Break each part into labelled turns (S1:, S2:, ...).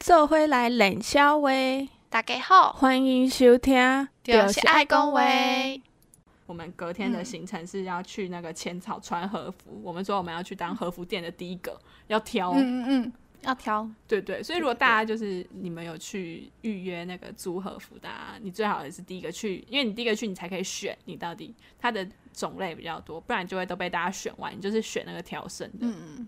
S1: 做伙来冷笑话，
S2: 大家好，
S1: 欢迎收听。
S2: 就是爱公话。
S3: 我们隔天的行程是要去那个浅草穿和服，我们说我们要去当和服店的第一个，要挑，
S2: 嗯嗯嗯，要挑，
S3: 对对。所以如果大家就是你们有去预约那个租和服的、啊，你最好也是第一个去，因为你第一个去你才可以选你到底它的种类比较多，不然就会都被大家选完，你就是选那个挑剩的。
S2: 嗯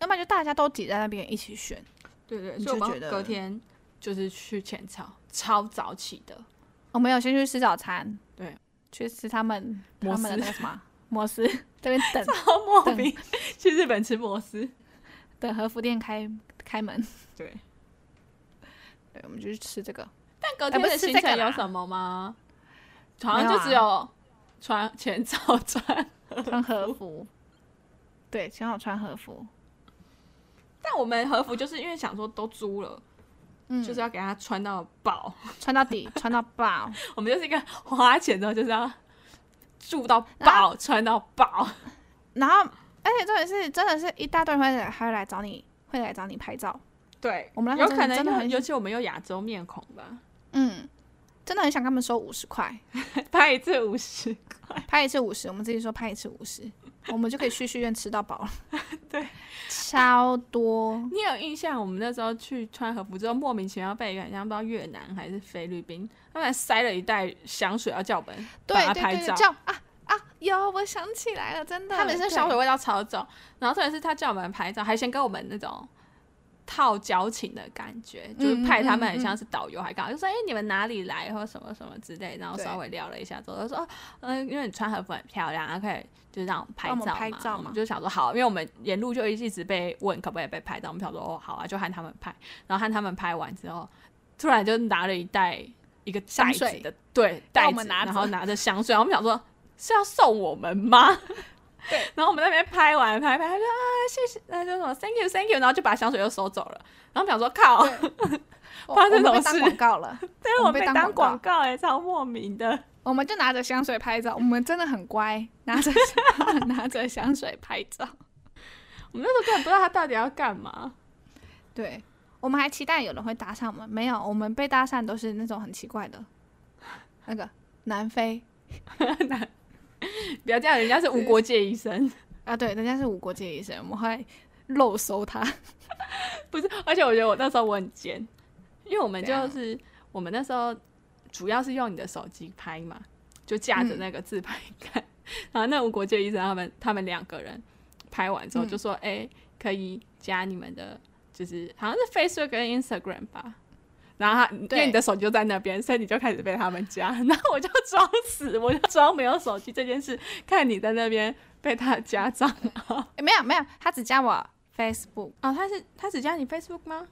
S2: 要么就大家都挤在那边一起选，
S3: 对对，
S2: 你
S3: 所以
S2: 就
S3: 我
S2: 觉
S3: 们
S2: 得
S3: 隔天就是去浅草，超早起的，
S2: 我们有先去吃早餐，
S3: 对，
S2: 去吃他们他
S3: 摩斯
S2: 们的那个什么 啊摩斯，这边 等
S3: 超莫名去日本吃摩斯，
S2: 等和服店开开门，
S3: 对。
S2: 对，我们就去吃这个，
S3: 但隔
S2: 哎
S3: 天
S2: 不是
S3: 的
S2: 吃
S3: 行
S2: 这个
S3: 程
S2: 啦
S3: 有什么吗？好
S2: 没
S3: 像
S2: 有
S3: 就
S2: 啊
S3: 只啊有穿前照穿。
S2: 穿和服，对，正好穿和服，
S3: 但我们和服就是因为想说都租了，
S2: 嗯，
S3: 就是要给他穿到爆。
S2: 穿到 底，穿到爆，
S3: 我们就是一个花钱之后就是要住到爆，穿到爆。
S2: 然后而且重点是，真的是一大堆人会来，还会来找你，会来找你拍照，
S3: 对，
S2: 我们那
S3: 有
S2: 时候
S3: 可
S2: 真的
S3: 能
S2: 真的
S3: 因为
S2: 很
S3: 尤其我们有亚洲面孔吧，
S2: 嗯，真的很想跟他们收五十块，
S3: 拍一次五十块。
S2: 拍一次五十，我们自己说拍一次五 十，我们就可以去续院吃到饱了。
S3: 对，
S2: 超多。
S3: 你有印象？我们那时候去穿和服之后，莫名其妙被一个人家不知道越南还是菲律宾，他们还塞了一袋香水要叫我们
S2: 对
S3: 帮他
S2: 对
S3: 拍
S2: 对，
S3: 照
S2: 叫啊啊，有，我想起来了，真的。
S3: 他每次
S2: 对啊
S3: 香水味道超重，然后特别是他叫我们拍照，还先跟我们那种套交情的感觉，
S2: 嗯
S3: 就是派他们很像是导游，还刚好就说：“哎、你们哪里来？”或什么什么之类，然后
S2: 对
S3: 稍微聊了一下之后，他说：“哦，嗯、因为你穿和服很漂亮，然后啊可以就是让我们拍照
S2: 帮我们拍
S3: 嘛
S2: 照
S3: 我
S2: 嘛
S3: 们就想说好，因为我们沿路就一直被问可不可以被拍照，我们想说哦好啊，就和他们拍，然后和他们拍完之后，突然就拿了一袋一个袋
S2: 香
S3: 子
S2: 水
S3: 的对
S2: 让
S3: 袋
S2: 我
S3: 子，
S2: 们拿
S3: 然
S2: 走
S3: 后拿着香水，然后我们想说是要送我们吗？
S2: 对，
S3: 然后我们在那边拍完拍拍，他说啊谢谢，他就说 thank you thank you，然后就把香水又收走了。然后我们想说靠，
S2: 我
S3: 发生
S2: 我们被
S3: 什么
S2: 当
S3: 事
S2: 广告了，
S3: 但
S2: 我
S3: 是我
S2: 们被
S3: 被
S2: 当
S3: 当
S2: 广
S3: 广告哎、超莫名的。
S2: 我们就拿着香水拍照，我们真的很 乖，拿着拿着香水拍照。
S3: 我们那时候根本不知道他到底要干嘛。
S2: 对，我们还期待有人会搭讪我们，没有，我们被搭讪都是那种很奇怪的，那个南非
S3: 不要这样，人家是无国界医生，
S2: 啊，对，人家是无国界医生，我们会漏搜他。
S3: 不是。而且我觉得我那时候我很贱，因为我们
S2: 怎样
S3: 就是我们那时候主要是用你的手机拍嘛，就架着那个自拍杆， 然后那无国界医生他们他们两个人拍完之后就说：“哎、可以加你们的，就是好像是 Facebook 跟 Instagram 吧。”然后他，因
S2: 对
S3: 为你的手机就在那边，所以你就开始被他们加。 然后我就装死，我就装没有手机这件事，看你在那边被他加账。
S2: 诶没有没有，他只加我 Facebook，
S3: 哦，他是他只加你 Facebook 吗？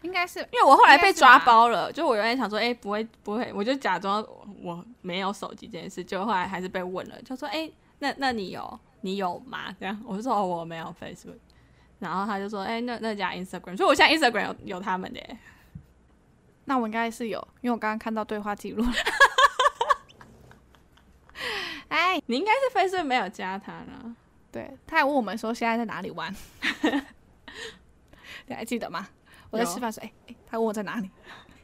S2: 应该是
S3: 因为我后来
S2: 应该
S3: 被
S2: 是吧
S3: 抓包了，就我原来想说，哎、不会不会，我就假装我我没有手机这件事，就后来还是被问了，就说，哎、那那你有你有吗？这样我就说、哦、我没有 Facebook，然后他就说，哎、那那加 Instagram，所以我现在 Instagram 有有他们的耶、
S2: 那我应该是有，因为我刚刚看到对话记录了。哎，
S3: 你应该是 Facebook 没有加他呢，
S2: 对，他还问我们说现在在哪里玩， 你还记得吗？我在
S3: 有啊
S2: 吃饭说，哎、哎、他问我在哪里，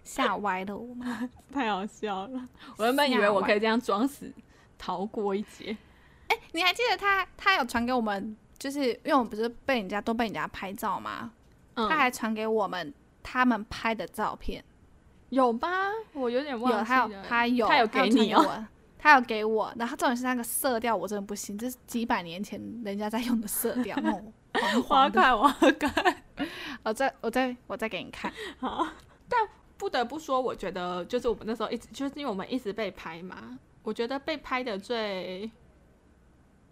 S2: 吓歪了我们。
S3: 太好笑了，我原本以为我可以这样装死逃过一劫，
S2: 哎、你还记得他他有传给我们，就是因为我们不是被人家都被人家拍照吗？啊他
S3: 嗯，
S2: 还传给我们他们拍的照片。
S3: 有吗？我有点忘记
S2: 有，
S3: 了，
S2: 他有，他有，
S3: 他有给你哦
S2: 传给我，他有给我。然后重点是那个色调，我真的不行，这是几百年前人家在用的色调，那 种黄
S3: 我
S2: 黄
S3: 要
S2: 的。
S3: 看我要看。
S2: 我再我再我再给你看，
S3: 好，但不得不说，我觉得就是我们那时候一直就是因为我们一直被拍嘛，我觉得被拍的最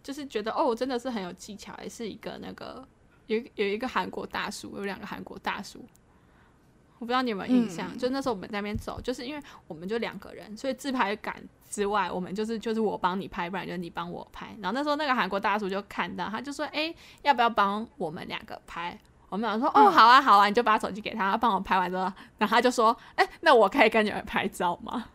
S3: 就是觉得哦，真的是很有技巧，也是一个那个有一有一个韩国大叔，有两个韩国大叔。我不知道你有没有印象，就那时候我们在那边走，就是因为我们就两个人，所以自拍感之外，我们就是就是我帮你拍，不然就是你帮我拍。然后那时候那个韩国大叔就看到，他就说：“哎、要不要帮我们两个拍？”我们想说：“哦，
S2: 嗯
S3: 好啊，好啊。”你就把手机给他，他帮我拍完之后，然后他就说：“哎、那我可以跟你们拍照吗？”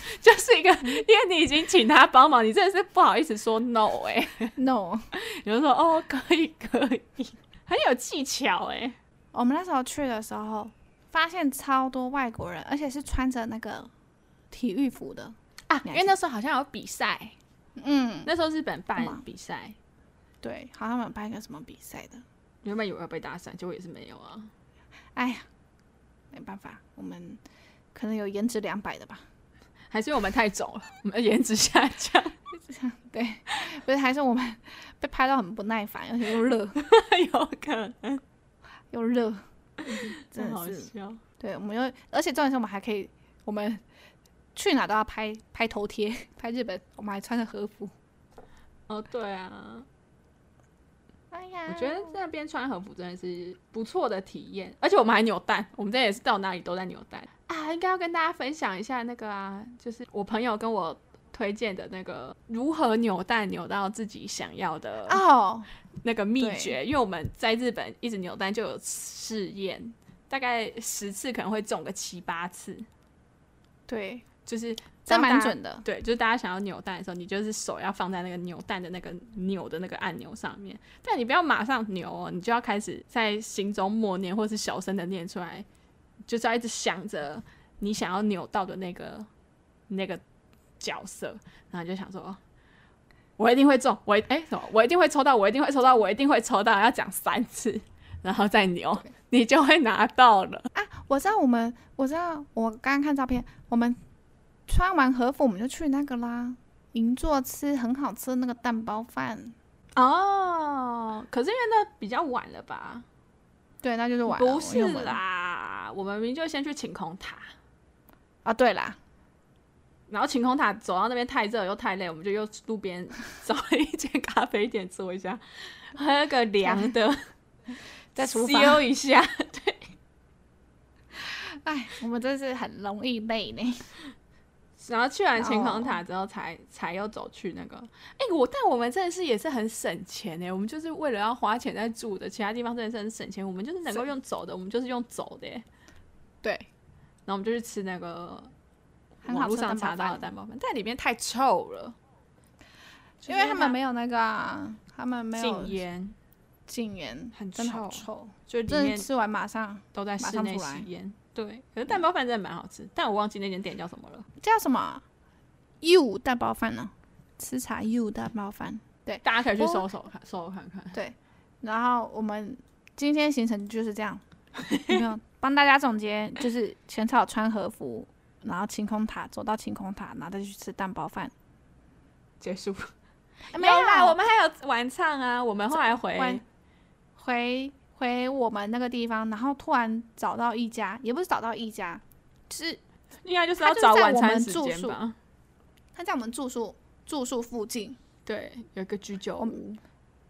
S3: 就是一个，因为你已经请他帮忙，你真的是不好意思说 no 哎、
S2: no，
S3: 你就说哦，可以可以，很有技巧哎、
S2: 我们那时候去的时候，发现超多外国人，而且是穿着那个体育服的，
S3: 啊，
S2: 你
S3: 因
S2: 还
S3: 为
S2: 记
S3: 那时候好像有比赛，
S2: 嗯，
S3: 那时候日本
S2: 干嘛
S3: 办比赛，
S2: 对，好像有办一个什么比赛的。
S3: 原本以为要被打散，结果也是没有啊。
S2: 哎呀，没办法，我们可能有颜值两百的吧？
S3: 还是因为我们太肿了，我们的颜值下降，
S2: 对，不是，还是我们 被拍到很不耐烦，而且又热
S3: 有可能，
S2: 又热，嗯真
S3: 真好
S2: 的是。
S3: 笑。
S2: 对，我们又，而且重点是我们还可以，我们去哪都要拍拍头贴， 拍日本，我们还穿着和服。
S3: 哦，对啊，
S2: 哎呀
S3: 我觉得那边穿和服真的是不错的体验，而且我们还扭蛋，我们这也是到哪里都在扭蛋啊。应该要跟大家分享一下那个啊，就是我朋友跟我推荐的那个如何扭蛋扭到自己想要的
S2: 哦，
S3: 那个秘诀，因为我们在日本一直扭蛋就有试验，大概十次可能会中个七八次，
S2: 对，
S3: 就是
S2: 这蛮
S3: 准。
S2: 准的。
S3: 对，就是大家想要扭蛋的时候，你就是手要放在那个扭蛋的那个扭的那个按钮上面，但你不要马上扭哦，你就要开始在心中默念，或是小声的念出来，就是要一直想着你想要扭到的那个那个角色，然后你就想说，哦我一定会中，我哎、什么，我一定会抽到，我一定会抽到，我一定会抽到，要讲三次，然后再扭，你就会拿到了。
S2: 我知道我们，我知道我刚刚看照片，我们穿完和服我们就去那个啦，银座吃很好吃的那个蛋包饭。
S3: 哦，可是因为那比较晚了吧？
S2: 对，那就是晚了
S3: 不是
S2: 因为我们
S3: 啦，我们明明就先去晴空塔，
S2: 啊，对啦，
S3: 然后晴空塔走到那边太热又太累，我们就又路 边找了一间咖啡店坐一下，喝个凉的，
S2: 在厨房
S3: 休 一下。
S2: 哎，我们真是很容易累呢。
S3: 然后去完晴空
S2: 哦
S3: 塔之后才，才又走去那个，哎、我但我们真的是也是很省钱哎、我们就是为了要花钱在住的，其他地方真的是很省钱，我们就是能够用走的，我们就是用走的、欸，
S2: 对，
S3: 然后我们就去吃那个
S2: 很
S3: 网
S2: 好
S3: 络
S2: 吃的
S3: 上
S2: 蛋包
S3: 查到的
S2: 饭，
S3: 蛋包饭，但里面太臭了，
S2: 因为他们
S3: 没。
S2: 没有那个啊，他们没有
S3: 禁烟，
S2: 禁烟，
S3: 很
S2: 真的好
S3: 臭
S2: 臭，
S3: 就里
S2: 真的
S3: 面
S2: 吃完马上
S3: 都在
S2: 马
S3: 室
S2: 上
S3: 内
S2: 出来
S3: 吸烟。对，可是蛋包饭真的蛮好吃，但我忘记那间店叫什么了。
S2: 叫什么 U 蛋包饭呢、吃茶 U 蛋包饭。
S3: 大家可以去
S2: 哦
S3: 搜搜看，搜搜看看。
S2: 然后我们今天行程就是这样，有没有帮大家总结？就是浅草穿和服，然后晴空塔走到晴空塔，然后再去吃蛋包饭。
S3: 结束。
S2: 哎
S3: 没 啦，我们还有晚唱啊，我们后来回
S2: 晚回回我们那个地方，然后突然找到一家，也不是找到一家，就是
S3: 应该就是
S2: 它
S3: 要
S2: 就是
S3: 找
S2: 在
S3: 晚
S2: 我
S3: 餐
S2: 们
S3: 时
S2: 住
S3: 间
S2: 宿
S3: 吧。
S2: 他在我们住宿住宿附近。
S3: 对，有一个居酒
S2: 我
S3: 屋，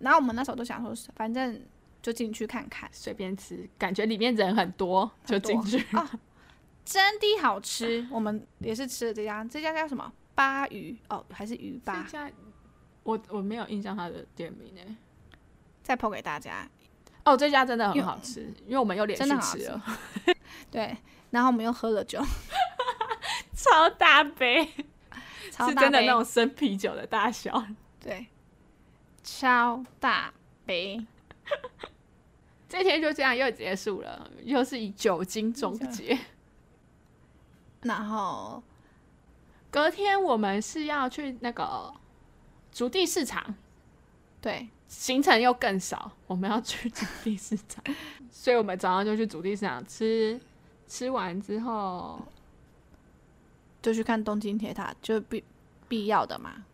S2: 然后我们那时候都想说，反正就进去看看。
S3: 随便吃，感觉里面人很多，就
S2: 很
S3: 进
S2: 多
S3: 去。
S2: 真的好吃，我们也是吃了这家，这家叫什么？巴鱼哦，还是鱼
S3: 这
S2: 吧？
S3: 家我我没有印象它的店名诶。
S2: 再抛给大家。
S3: 哦，这家真的很
S2: 有
S3: 好吃，因为我们又连续
S2: 真的很好
S3: 吃
S2: 吃
S3: 了，
S2: 对，然后我们又喝了 酒，
S3: 超大杯，
S2: 超
S3: 是
S2: 大
S3: 真的
S2: 杯
S3: 那，种生啤酒的大小。
S2: 对，超大杯，
S3: 这天就这样又结束了，又是以酒精终结。
S2: 然后
S3: 隔天我们是要去那个竹地市场，
S2: 对，
S3: 行程又更少，我们要去竹地市 场，所以我们早上就去竹地市场吃。吃完之后，
S2: 就去看东京铁塔，就必必要的嘛，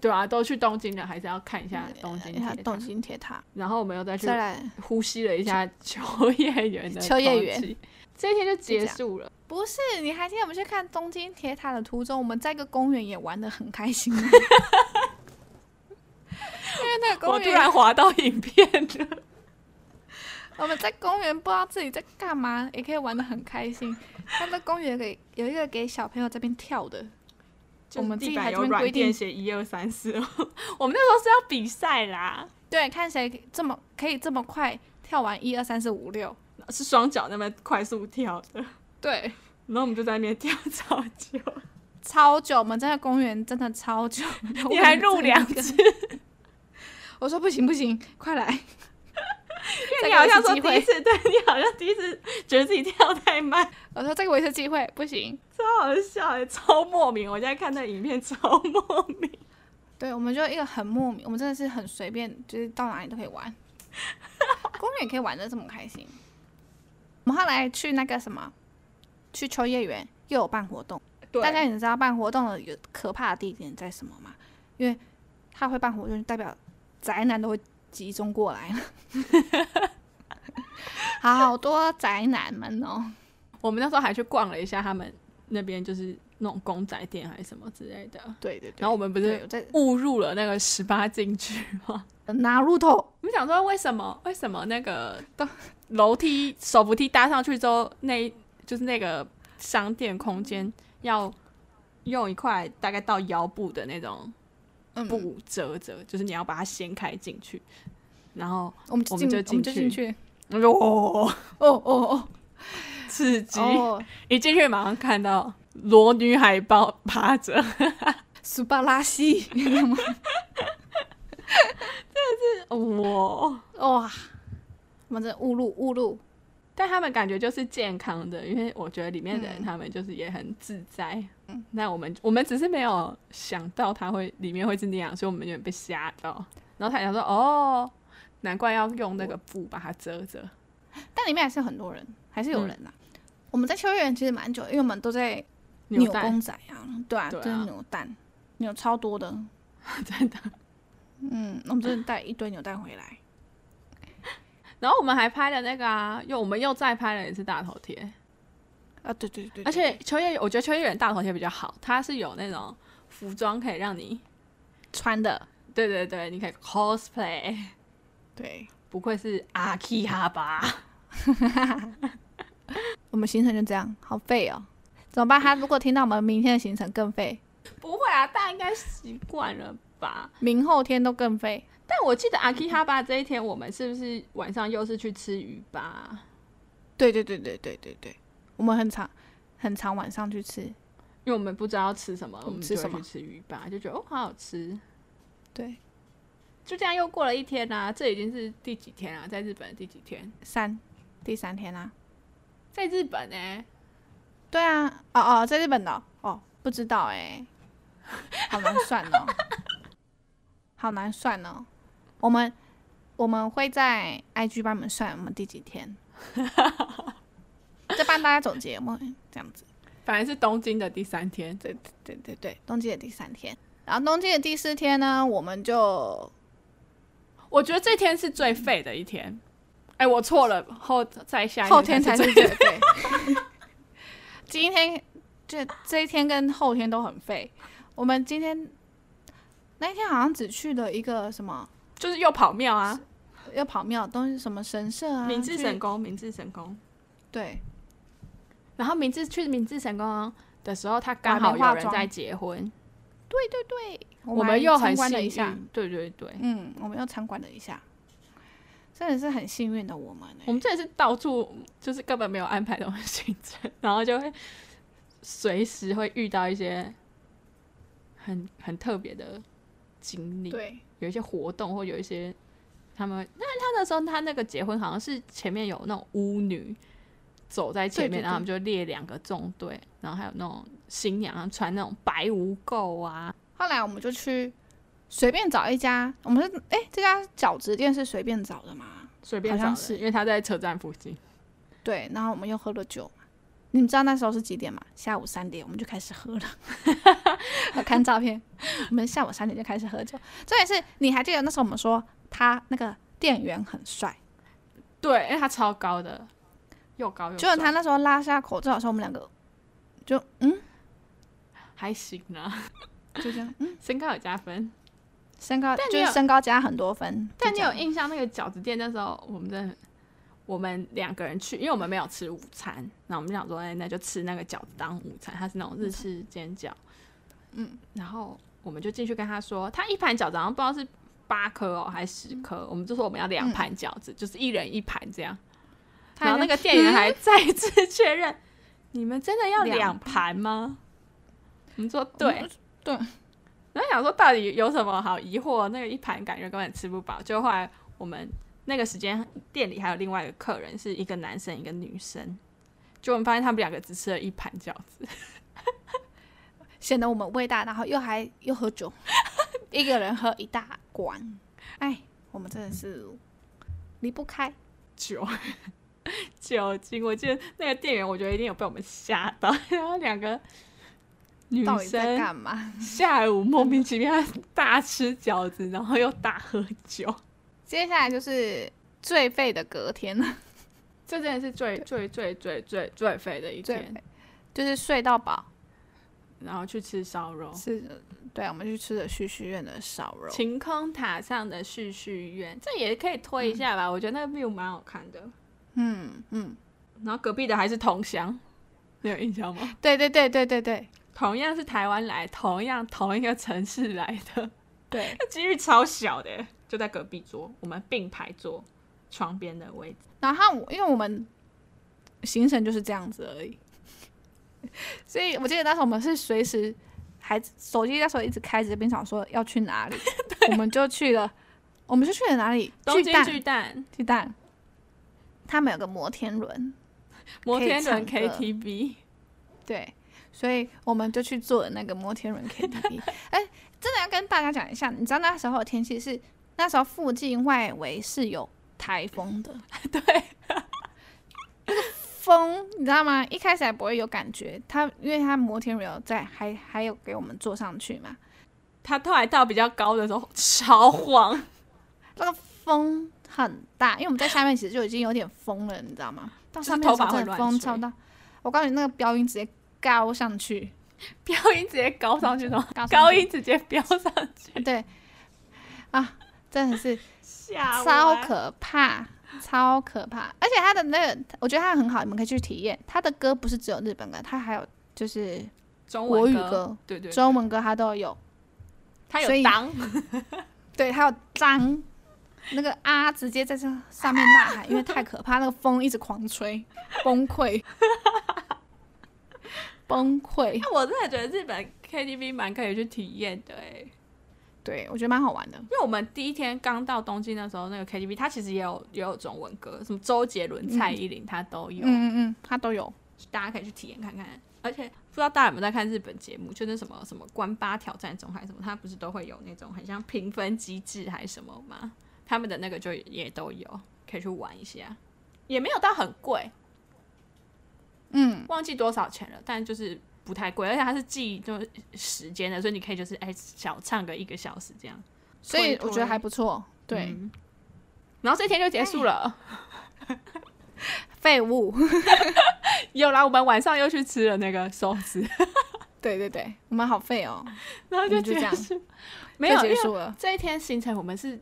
S3: 对啊，都去东京了，还是要看一下东京
S2: 因哎为它
S3: 铁塔
S2: 东。京铁塔，
S3: 然后我们又再去
S2: 再来
S3: 呼吸了一下秋叶原的
S2: 秋叶
S3: 空
S2: 原
S3: 气，这一天就结束了。
S2: 不是，你还记得我们去看东京铁塔的途中，我们在一个公园也玩的很开心 吗？因为那个
S3: 我
S2: 公
S3: 突
S2: 园
S3: 然滑到影片了，
S2: 我们在公园不知道自己在干嘛，也可以玩的很开心。他们公园给有一个给小朋友这边跳的，我们
S3: 就是
S2: 自
S3: 地
S2: 己还
S3: 板
S2: 这
S3: 有
S2: 边
S3: 软
S2: 规
S3: 垫
S2: 定，
S3: 写一二三四，哦 我们那时候是要比赛啦，
S2: 对，看谁这么可以这么快跳完一二三四五六。
S3: 是双脚那么快速跳的，
S2: 对，
S3: 然后我们就在那边跳超 久，
S2: 超久，我们在公园真的超 久。
S3: 你还入
S2: 两
S3: 两
S2: 个？我说不行不行，快来！
S3: 因为你好像说第一次，对你好像第一次觉得自己跳太慢，
S2: 我说再给我一次机会，不行。
S3: 超好笑哎、超莫名！我现在看那影片超莫名，
S2: 对，我们就一个很莫名，我们真的是很随便，就是到哪里都可以玩， 公园也可以玩的这么开心。我们后来去那个什么，去秋叶原又有办活动，
S3: 对
S2: 大家你知道办活动的有可怕的地点在什么吗？因为他会办活动，就代表宅男都会集中过来了， 好多宅男们哦。
S3: 我们那时候还去逛了一下他们那边就是那种公仔店还是什么之类的，
S2: 对对对，
S3: 然后我们不
S2: 对
S3: 是
S2: 我在
S3: 误入了那个十八禁区吗？
S2: 拿路头，
S3: 我们想说为什么为什么那个到楼梯手扶梯搭上去之后，那就是那个商店空间要用一块大概到腰部的那种
S2: 嗯
S3: 布遮着，就是你要把它掀开进去，然后
S2: 我们
S3: 我
S2: 就
S3: 们
S2: 进
S3: 就
S2: 我们就
S3: 进
S2: 进去，
S3: 我说哦，
S2: 哦哦哦
S3: 刺激！
S2: 哦，
S3: 一进去马上看到裸女海豹趴着，
S2: 苏巴拉西， 你知道吗？
S3: 哇！
S2: 哇，我们这误入误入，
S3: 但他们感觉就是健康的，因为我觉得里面的人
S2: 嗯
S3: 他们就是也很自在。那我们我们只是没有想到他会里面会是那样，所以我们有点被吓到。然后他想说哦，难怪要用那个布把它遮着。
S2: 但里面还是很多人，还是有人呐、我们在秋叶原其实蛮久，因为我们都在扭
S3: 扭蛋
S2: 公仔啊，对啊，
S3: 对啊
S2: 就是扭蛋，扭超多的，
S3: 真的。
S2: 嗯，我们真的带一堆扭蛋回来。
S3: 然后我们还拍了那个啊，又我们又再拍了一次大头贴，
S2: 啊，对对对，对
S3: 而且秋叶原我觉得秋叶原大头贴比较好，它是有那种服装可以让你，
S2: 穿的，
S3: 对对对，你可以 cosplay。
S2: 对，
S3: 不愧是阿 K 哈巴。
S2: 我们行程就这样，好废 哦，怎么办？他如果听到我们明天的行程更废，
S3: 不会啊，大家应该习惯了吧？
S2: 明后天都更废。
S3: 但我记得阿 K 哈巴这一天，我们是不是晚上又是去吃鱼吧？
S2: 对对对对对对对，我们很常很常晚上去吃，
S3: 因为我们不知道吃什么，
S2: 我
S3: 我
S2: 们
S3: 们
S2: 嗯吃
S3: 就会
S2: 什么
S3: 去吃鱼吧，就觉得哦，好好吃。
S2: 对，
S3: 就这样又过了一天啦、这已经是第几天啦、在日本的第几天？
S2: 三第三天啊，
S3: 在日本呢、
S2: 对啊，哦哦，在日本的哦，哦不知道哎、好难算哦，好难算哦。我们我们会在 IG 帮你们算我们第几天，再帮大家总结我们这样子。
S3: 反正是东京的第三天。
S2: 对对对对，冬季的第三天，然后冬季的第四天呢，我们就
S3: 我觉得这天是最废的一天。哎、我错了，后再下一
S2: 后天才
S3: 是
S2: 是
S3: 最
S2: 最废。 今天这这一天跟后天都很废。我们今天那一天好像只去了一个什么
S3: 就是又跑庙啊，
S2: 要跑庙的东西，什么神社啊，
S3: 明治
S2: 去
S3: 神宫，明治神宫。
S2: 对
S3: 然后明治去明治神宫的时候，他刚好有人在结婚，
S2: 对，
S3: 我
S2: 们还
S3: 们又
S2: 参
S3: 很
S2: 观
S3: 幸
S2: 了一下，
S3: 运。对对对，
S2: 嗯，我们又参观了一下，真的是很幸运的我们、欸。
S3: 我们真的是到处就是根本没有安排东西行程，然后就会随时会遇到一些很很特别的经历，
S2: 对
S3: 有一些活动或有一些他们，那他那时候他那个结婚好像是前面有那种巫女。走在前面，
S2: 对对对
S3: 然后他们就列两个纵队，然后还有那种新娘穿那种白无垢啊，
S2: 后来我们就去随便找一家，我们是哎、这家饺子店是随便找的嘛？
S3: 随便
S2: 好
S3: 找
S2: 像
S3: 的，
S2: 是
S3: 因为他在车站附近。
S2: 对，然后我们又喝了酒嘛。你们知道那时候是几点吗？下午三点我们就开始喝了。 我看照片，我们下午三点就开始喝酒。重点是，你还记得那时候我们说他那个店员很帅，
S3: 对，因为他超高的，又高又
S2: 结果他
S3: 壮
S2: 那时候拉下口罩的时候，我们两个就嗯，
S3: 还行啦，
S2: 就这样，嗯，
S3: 身高有加分。
S2: 身高
S3: 但你
S2: 就
S3: 有
S2: 是身高加很多分。
S3: 但你
S2: 就这
S3: 有
S2: 样
S3: 印象那个饺子店那时候，我们真的，我们两个人去，因为我们没有吃午餐，那我们想说，哎、那就吃那个饺子当午餐，它是那种日式煎饺。
S2: 嗯，
S3: 然后我们就进去跟他说，他一盘饺子好像不知道是八颗哦还是十颗，我们就说我们要两盘饺子，就是一人一盘这样。
S2: 他
S3: 然后那
S2: 还在
S3: 个店 员还再次 确认：“你们真的要
S2: 嗯两
S3: 两盘吗？”我们说：“对，
S2: 对。”
S3: 然后想说到底有什么好疑惑？那个一盘感觉根本吃不饱。就后来我们那个时间店里还有另外一个客人是一个男生一个女生，就我们发现他们两个只吃了一盘饺子，
S2: 显得我们伟大，然后又还又喝酒，一个人喝一大罐，哎，我们真的是离不开。
S3: 酒酒精。我记得那个店员，我觉得一定有被我们吓到，然后两个女
S2: 到底在
S3: 生
S2: 干嘛？
S3: 下午莫名其妙大吃饺子，然后又大喝酒。
S2: 接下来就是最废的隔天了，
S3: 这真的是最最最最最最肥的一
S2: 最
S3: 天，
S2: 废就是睡到饱。
S3: 然后去吃烧肉，
S2: 是，对，我们去吃的旭旭苑的烧肉，
S3: 晴空塔上的旭旭苑，这也可以推一下吧，我觉得那个 view 蛮好看的。
S2: 嗯嗯，
S3: 然后隔壁的还是同乡，你有印象吗？
S2: 对对对对对对
S3: 同样是台湾来，同样同一个城市来的，
S2: 对。
S3: 那几率超小的耶，就在隔壁桌，我们并排坐床边的位置。
S2: 然后我因为我们行程就是这样子而已， 所以我记得当时我们是随时还手机那时候一直开着，并想说要去哪 里，我们就去了，我们是去了哪里？
S3: 东
S2: 巨
S3: 京
S2: 蛋，
S3: 巨蛋、
S2: 巨蛋。他们有个摩天轮，
S3: 摩天轮
S2: 可以唱歌
S3: KTV，
S2: 对，所以我们就去做了那个摩天轮 KTV。哎、真的要跟大家讲一下，你知道那时候的天气是那时候附近外围是有台风 的，对，那个风你知道吗？一开始还不会有感觉，它因为它摩天轮有在，还还有给我们坐上去嘛，
S3: 他后来到比较高的时候超晃，
S2: 那个风很大，因为我们在下面其实就已经有点风了，你知道吗？到
S3: 就
S2: 上
S3: 是
S2: 面的时
S3: 头
S2: 候
S3: 发会
S2: 真的
S3: 乱
S2: 风
S3: 吹
S2: 超大，我告诉你那个飙音直接高上去，
S3: 飙音直接高上 去，然后
S2: 高上去
S3: 高音直接飙上去，
S2: 对，啊，真的是。
S3: 吓
S2: 超
S3: 我
S2: 可怕，超可怕！而且他的那个，我觉得他很好，你们可以去体验。他的歌不是只有日本歌，他还有就是
S3: 中
S2: 国
S3: 文
S2: 语
S3: 歌，
S2: 歌、
S3: 对对，
S2: 中文歌，他都有。
S3: 他
S2: 所
S3: 有
S2: 以
S3: 当，
S2: 对，还有张那个啊，直接在这上面呐喊，因为太可怕，那个风一直狂吹，崩溃，崩溃。
S3: 那我真的觉得日本 KTV 蛮可以去体验的哎，
S2: 对，我觉得蛮好玩的。
S3: 因为我们第一天刚到东京的时候，那个 KTV 它其实也有也有中文歌，什么周杰伦、
S2: 嗯
S3: 蔡依林它都有，
S2: 嗯嗯嗯，他都有。
S3: 大家可以去体验看看。而且不知道大家有没有在看日本节目，就是什么什么关八挑战中还是什么，它不是都会有那种很像评分机制还是什么吗？他们的那个就也都有，可以去玩一下，也没有到很贵，
S2: 嗯，
S3: 忘记多少钱了，但就是不太贵，而且它是记就是时间的，所以你可以就是哎、小唱个一个小时这样。
S2: 所以我觉得还
S3: 推
S2: 不错。对，
S3: 嗯然后这天就结束了。
S2: 废物。 哎
S3: 有啦，我们晚上又去吃了那个寿 司，
S2: 对对对，我们好废哦，
S3: 然后
S2: 我们就
S3: 结
S2: 这样
S3: 束。没有，
S2: 就
S3: 因
S2: 结
S3: 为
S2: 束了。
S3: 这一天行程我们是，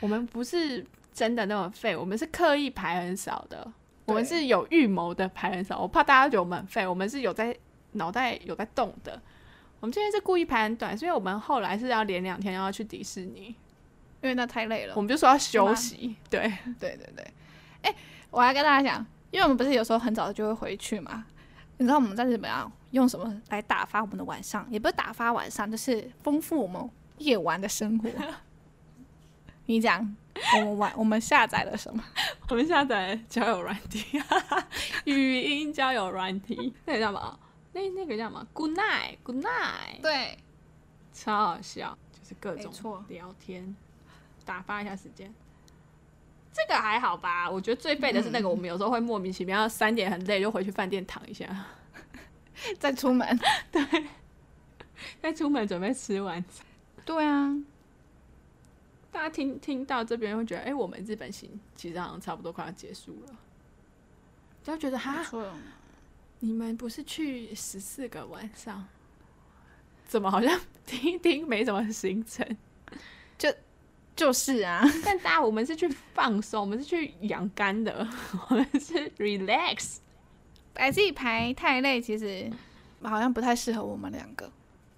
S3: 我们不是真的那么废，我们是刻意排很少的，我们是有预谋的排很少。我怕大家觉得我们很废，我们是有在脑袋有在动的。我们今天是故意排很短，是因为我们后来是要连两天要去迪士尼，
S2: 因为那太累了
S3: 我。们就说要休息。对，
S2: 对对对，哎、我还跟大家讲，因为我们不是有时候很早就会回去嘛，你知道我们在日本啊，用什么来打发我们的晚上？也不是打发晚上，就是丰富我们夜晚的生活。 你讲，我们玩，我们下载了什么？
S3: 我们下载交友软体， 语音交友软体， 那个叫什么？那那个叫什么？Good night，Good night，
S2: 对，
S3: 超好笑，就是各
S2: 没
S3: 种
S2: 错，
S3: 聊天，打发一下时间。这个还好吧？我觉得最废的是那个，我们有时候会莫名其妙三点很累就回去饭店躺一下，
S2: 再出门。
S3: 再出门准备吃晚餐。
S2: 对啊，
S3: 大家听听到这边会觉得，哎、我们日本行其实好像差不多快要结束了，就会觉得哈
S2: 没，错，
S3: 你们不是去十四个晚上，怎么好像 听一听没什么行程？
S2: 就是啊，
S3: 但大家我们是去放松，我们是去养肝的， 我们是 relax。
S2: 把自己排太累，其实好像不太适合我们两个。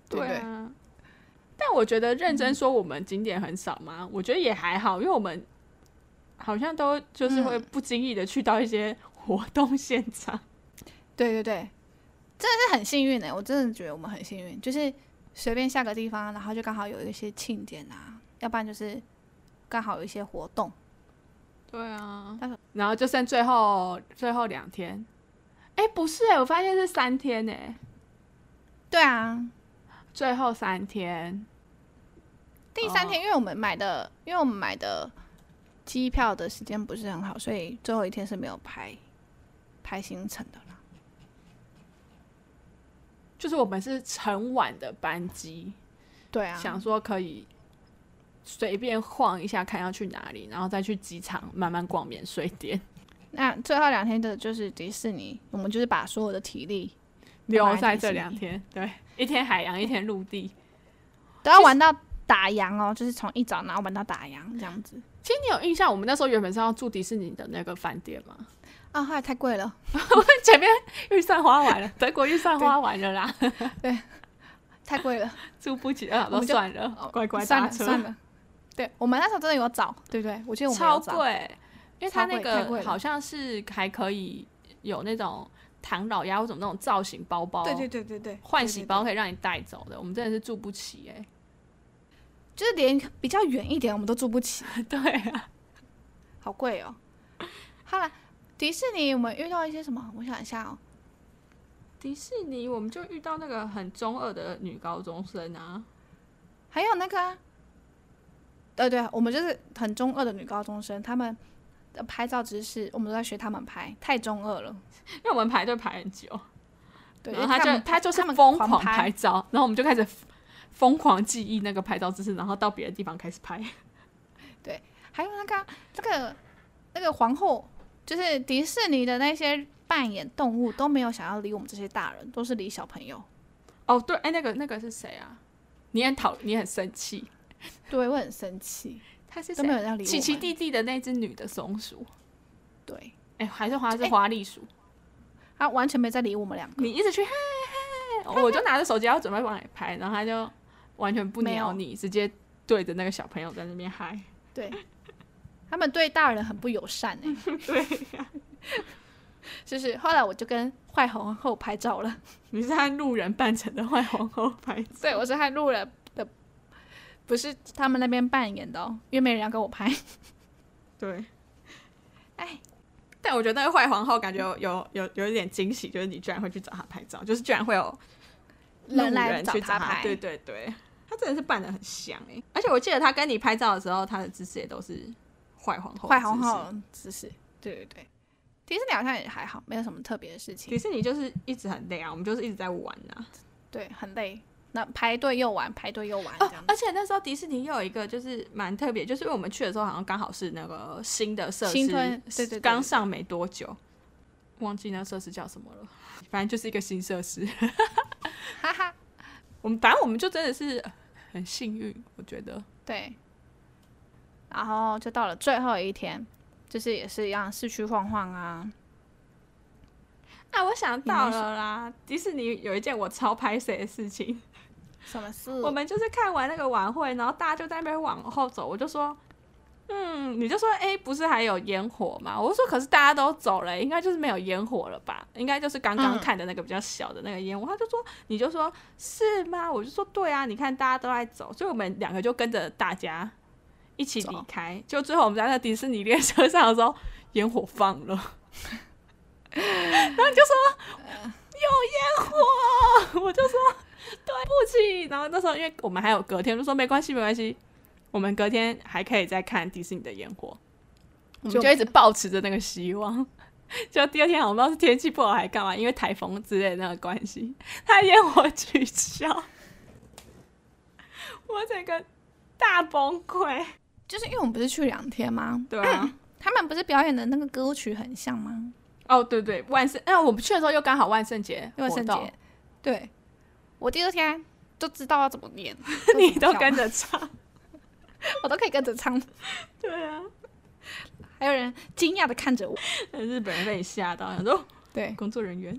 S2: 对不对
S3: 啊。但我觉得认真说，我们景点很少吗？我觉得也还好，因为我们好像都就是会不经意的去到一些活动现场。
S2: 对对对，真的是很幸运的、欸我真的觉得我们很幸运，就是随便下个地方，然后就刚好有一些庆典啊，要不然就是刚好有一些活动，
S3: 对啊
S2: 但是，
S3: 然后就剩最后最后两天，哎，不是哎，我发现是三天哎，
S2: 对啊，
S3: 最后三天，
S2: 第三天，因为我们买的，因为我们买的机票的时间不是很好，所以最后一天是没有排排行程的啦。
S3: 就是我们是很晚的班机，
S2: 对啊，
S3: 想说可以随便晃一下，看要去哪里，然后再去机场慢慢逛免税 店，
S2: 那最后两天的就是迪士尼，我们就是把所有的体力
S3: 留在这两天，对，一天海洋，一天陆地。
S2: 都要玩到打烊哦，就是从一早然后玩到打烊这样子。
S3: 其实你有印象，我们那时候原本是要住迪士尼的那个饭店吗？
S2: 啊，后来太贵了，
S3: 前面预算花 完了，德国预算花完了啦，
S2: 太贵了，
S3: 住不起啊，
S2: 我
S3: 都
S2: 们就
S3: 算了
S2: 哦，
S3: 乖乖
S2: 算
S3: 搭
S2: 了
S3: 车，
S2: 算了。对我们那时候真的有找，对不对？我记得我们有
S3: 超
S2: 找，
S3: 贵，因为它
S2: 超贵
S3: 那
S2: 太贵
S3: 个
S2: 了
S3: 好像是还可以有那种唐老鸭或者那种造型包包，
S2: 对对对对对，
S3: 哦换洗
S2: 对对对
S3: 包可以让你带走的，我们真的是住不起哎、
S2: 就是连比较远一点我们都住不起，
S3: 对啊，
S2: 好贵哦。后来迪士尼我们遇到一些什么？我想一下哦，
S3: 迪士尼我们就遇到那个很中二的女高中生啊，
S2: 还有那个、啊，呃对对，我们就是很中二的女高中生，她们的拍照姿势我们都在学她们拍，太中二了。
S3: 因为我们排队排很久，
S2: 对，
S3: 然后他就
S2: 她
S3: 他就是
S2: 们
S3: 疯
S2: 狂
S3: 狂
S2: 拍
S3: 拍，照，然后我们就开始疯狂记忆那个拍照姿势，然后到别的地方开始拍。
S2: 还有那个啊那个那个皇后，就是迪士尼的那些扮演动物都没有想要理我们这些大人，都是理小朋友。
S3: 哦，对，哎，那个那个是谁啊？你很讨，你很生气，
S2: 对，我很生气，
S3: 她是
S2: 都没有
S3: 谁？
S2: 人要理我们。
S3: 奇奇弟弟的那只女的松鼠，
S2: 对，
S3: 哎，还是花是
S2: 哎
S3: 花栗鼠？
S2: 他完全没在理我们两个。
S3: 你一直去嗨嗨，我就拿着手机要准备往里拍，然后他就完全不
S2: 没有
S3: 鸟你，直接对着那个小朋友在那边嗨。
S2: 对，他们对大人很不友善哎、
S3: 对，
S2: 就是后来我就跟坏皇后拍照了，
S3: 你是和路人扮成的坏皇后拍照，
S2: 对我是和路人的，不是他们那边扮演的哦，因为没人要跟我拍。
S3: 对。
S2: 哎，
S3: 但我觉得那个坏皇后感觉有有有有一点惊喜，就是你居然会去找她拍照，就是居然会有路
S2: 人来
S3: 去
S2: 他
S3: 她
S2: 拍，
S3: 对对对，她真的是扮的很像哎、而且我记得她跟你拍照的时候，她的姿势也都是坏皇后，
S2: 坏皇。后姿势，对对对。迪士尼好像也还好，没有什么特别的事情
S3: 迪。士尼就是一直很累啊，我们就是一直在玩啊。
S2: 对，很累。那排队又玩，排队又玩，这
S3: 哦
S2: 样，子。
S3: 而且那时候迪士尼又有一个就是蛮特别，就是因为我们去的时候好像刚好是那个新的设施，
S2: 新推对对对
S3: 刚上没多久，忘记那设施叫什么了，反正就是一个新设施。
S2: 哈哈。
S3: 我们反正我们就真的是很幸运，我觉得
S2: 对。然后就到了最后一天，就是也是一样，市区晃晃啊。
S3: 啊，我想到
S2: 你们
S3: 了啦，迪士尼有一件我超拍谁的事情，
S2: 什么事？
S3: 我们就是看完那个晚会，然后大家就在那边往后走，我就说。嗯，你就说，哎、不是还有烟火吗？我就说，可是大家都走了，应该就是没有烟火了吧？应该就是刚刚
S2: 嗯
S3: 看的那个比较小的那个烟火。他就说，你就说是吗？我就说对啊，你看大家都在走，所以我们两个就跟着大家一起离
S2: 走
S3: 开。就最后我们在那迪士尼列车上的时候， 烟火放了，然后你就说有烟火，我就说对不起。然后那时候因为我们还有隔天，就说没关系没关系，我们隔天还可以再看迪士尼的烟火，我们
S2: 就
S3: 就一直保持着那个希望。 就第二天，我不知道是天气不好还干嘛，因为台风之类的那个关系，他烟火取消，我整个大崩溃。
S2: 就是因为我们不是去两天吗？
S3: 对啊，
S2: 他们不是表演的那个歌曲很像吗？
S3: 哦对对，万圣，哎、我们去的时候又刚好万圣节活
S2: 万
S3: 动，，
S2: 圣节。对，我第二天就知道要怎么念
S3: 你都
S2: 要怎么
S3: 跟
S2: 跳，
S3: 着唱。
S2: 我都可以跟着唱。
S3: 对啊，
S2: 还有人惊讶的看着我。
S3: 日本人被你吓到，想说哦
S2: 对
S3: 工作人员。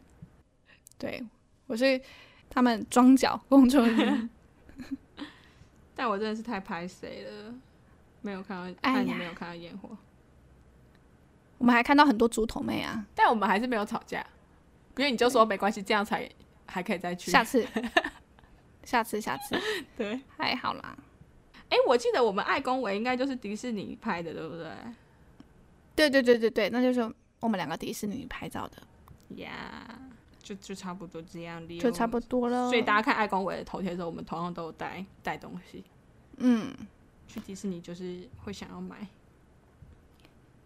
S2: 对，我是他们装脚工作人 员。
S3: 但我真的是太拍谁了，没有看到，
S2: 哎
S3: 看
S2: 呀
S3: 你没有看到烟火。
S2: 我们还看到很多竹筒妹啊，
S3: 但我们还是没有吵架，因为你就说没关系，这样才还可以再去。
S2: 下 次，下次，下次，
S3: 对，
S2: 还好啦。
S3: 哎、我记得我们爱公维应该就是迪士尼拍的，对不对？
S2: 对对对对对，那就是我们两个迪士尼拍照的，
S3: 呀、就就差不多这样的，
S2: 就差不多了。
S3: 所以大家看爱公伟的头贴的时候，我们同样都有带带东西。
S2: 嗯，
S3: 去迪士尼就是会想要买。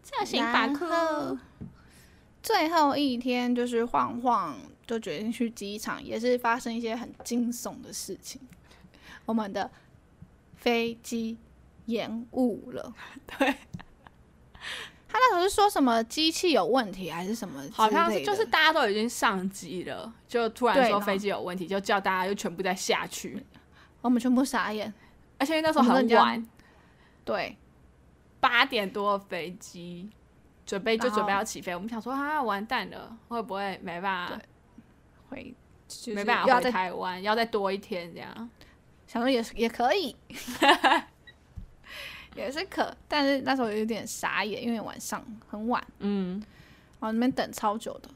S3: 这行法库，
S2: 然后最后一天就是晃晃，就决定去机场，也是发生一些很惊悚的事情。我们的飞机延误 了，
S3: 对，
S2: 他那时候是说什么机器有问题还是什么之类的，
S3: 好像是就是大家都已经上机了，就突然
S2: 对
S3: 说
S2: 然后
S3: 飞机有问题，就叫大家又全部再下去，
S2: 我们全部傻眼。
S3: 而且因为那时候
S2: 我
S3: 很
S2: 们都已经
S3: 晚，
S2: 对，
S3: 八点多的飞机，准备就
S2: 然后
S3: 准备要起飞，我们想说啊，完蛋了，会不会没办法，
S2: 会就是
S3: 没办
S2: 又
S3: 法
S2: 要
S3: 回
S2: 再
S3: 台湾，要再多一天这样。
S2: 想说也是也可以， 也是可，但是那时候有点傻眼，因为晚上很晚，
S3: 嗯，
S2: 然后那边等超久的。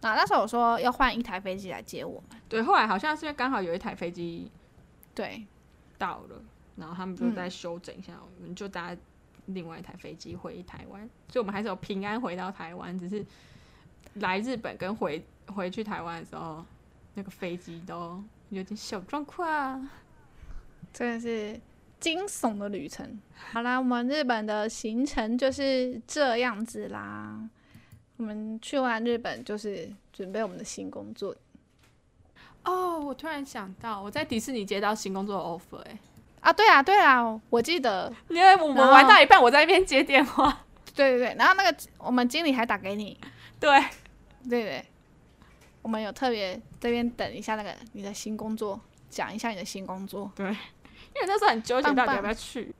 S2: 啊，那时候我说要换一台飞机来接我们，
S3: 对，后来好像是因为刚好有一台飞机
S2: 对，
S3: 到了，然后他们就再休整一下，我们就搭另外一台飞机回台湾，所以我们还是有平安回到台湾，只是来日本跟回回去台湾的时候，那个飞机都有点小状况。
S2: 真的是惊悚的旅程。好啦，我们日本的行程就是这样子啦。我们去完日本就是准备我们的新工作，
S3: 哦，我突然想到，我在迪士尼接到新工作的 offer 哎、
S2: 啊，对啊，对啊，我记得，
S3: 因为我们玩到一半，我在那边接电话。
S2: 对对对，然后那个我们经理还打给你，
S3: 对，
S2: 对对，我们有特别这边等一下那个你的新工作，讲一下你的新工作。
S3: 因为那时候很纠结
S2: 棒
S3: 到
S2: 棒
S3: 底要不要去。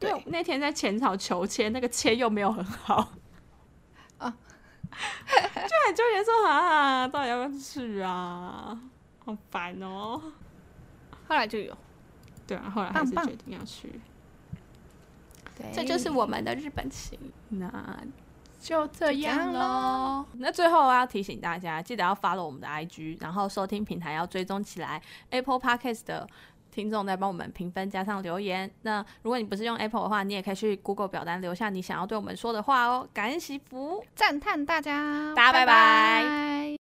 S2: 对
S3: 因为那天在浅草求签，那个签又没有很 好。
S2: 啊，
S3: 就很纠结说啊，到底要不要去啊？好烦哦。
S2: 后来就有，
S3: 对啊，后来还是
S2: 棒棒
S3: 决定要去。
S2: 对
S3: 这就是我们的日本行，那就这
S2: 样
S3: 样喽。那最后要提醒大家，记得要 follow 我们的 IG，然后收听平台要追踪起来。Apple Podcast 的听众在帮我们评分加上留言。那如果你不是用 Apple 的话，你也可以去 Google 表单留下你想要对我们说的话哦。感恩惜福。
S2: 赞叹大家，
S3: 大家拜拜
S2: 拜